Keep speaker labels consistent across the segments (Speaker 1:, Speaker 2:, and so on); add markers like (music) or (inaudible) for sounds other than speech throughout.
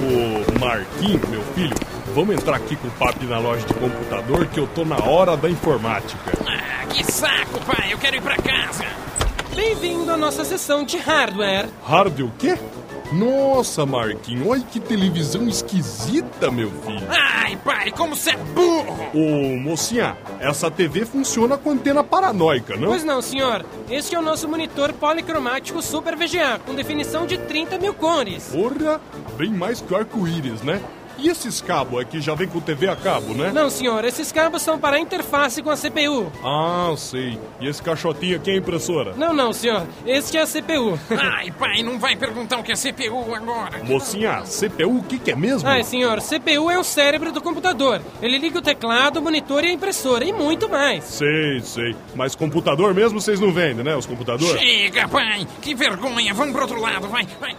Speaker 1: Ô, Marquinhos, meu filho, vamos entrar aqui com o papo na loja de computador que eu tô na hora da informática.
Speaker 2: Ah, que saco, pai! Eu quero ir pra casa!
Speaker 3: Bem-vindo à nossa sessão de hardware.
Speaker 1: Hardware o quê? Nossa, Marquinhos, olha que televisão esquisita, meu filho.
Speaker 2: Ai, pai, como você é burro!
Speaker 1: Ô, mocinha, essa TV funciona com antena paranoica, não?
Speaker 3: Pois não, senhor. Este é o nosso monitor policromático Super VGA, com definição de 30 mil cores.
Speaker 1: Porra, bem mais que o arco-íris, né? E esses cabos aqui já vem com TV a cabo, né?
Speaker 3: Não, senhor, esses cabos são para a interface com a CPU.
Speaker 1: Ah, sei. E esse caixotinho aqui é impressora?
Speaker 3: Não, não, senhor. Este é a (laughs) CPU.
Speaker 2: Ai, pai, não vai perguntar o que é CPU agora.
Speaker 1: Mocinha, CPU o que, que é mesmo?
Speaker 3: Ai, senhor, CPU é o cérebro do computador. Ele liga o teclado, o monitor e a impressora e muito mais.
Speaker 1: Sei, sei. Mas computador mesmo vocês não vendem, né? Os computadores?
Speaker 2: Chega, pai! Que vergonha! Vamos pro outro lado, vai, vai!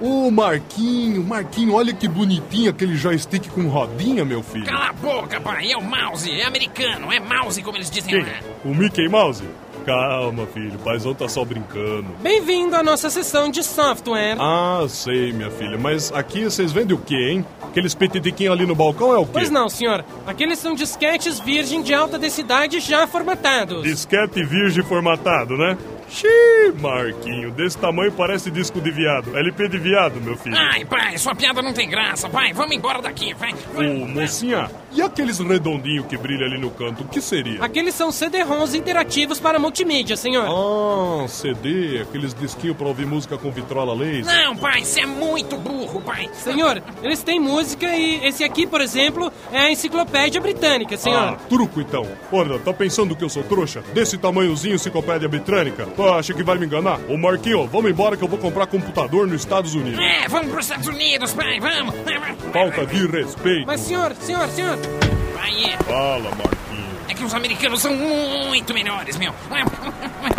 Speaker 1: Ô, Marquinho, Marquinho, olha que bonitinho aquele joystick com rodinha, meu filho.
Speaker 2: Cala a boca, pai! É o mouse, é americano, é mouse, como eles dizem
Speaker 1: Quem?
Speaker 3: né?
Speaker 2: lá.
Speaker 1: O Mickey Mouse? Calma, filho, o paizão tá só brincando.
Speaker 3: Bem-vindo à nossa sessão de software.
Speaker 1: Ah, sei, minha filha, mas aqui vocês vendem o quê, hein? Aqueles petitiquinhos ali no balcão é o quê?
Speaker 3: Pois não, senhor. Aqueles são disquetes virgem de alta densidade já formatados.
Speaker 1: Disquete virgem formatado, né? Xiii, Marquinho, desse tamanho parece disco de viado. LP de viado, meu filho.
Speaker 2: Ai, pai, sua piada não tem graça, pai! Vamos embora daqui, vai! vai.
Speaker 1: Ô, mocinha, e aqueles redondinhos que brilham ali no canto, o que seria?
Speaker 3: Aqueles são CD-ROMs interativos para multimídia, senhor.
Speaker 1: Ah, CD, aqueles disquinhos pra ouvir música com vitrola laser.
Speaker 2: Não, pai, você é muito burro, pai!
Speaker 1: Oh.
Speaker 3: Senhor, eles têm música e esse aqui, por exemplo, é a Enciclopédia Britânica,
Speaker 1: Ah,
Speaker 3: senhor.
Speaker 1: truco então. Olha, tá pensando que eu sou trouxa? Desse tamanhozinho enciclopédia britânica? Tu acha que vai me enganar? Ô Marquinho, vamos embora que eu vou comprar computador nos Estados Unidos.
Speaker 2: É, vamos pros Estados Unidos, pai, vamos! Vai, vai, vai,
Speaker 1: Falta
Speaker 2: vai,
Speaker 1: de respeito.
Speaker 3: Mas, senhor, senhor, senhor.
Speaker 2: Vai, é.
Speaker 1: Fala, Marquinho.
Speaker 2: É que os americanos são muito melhores, meu. É,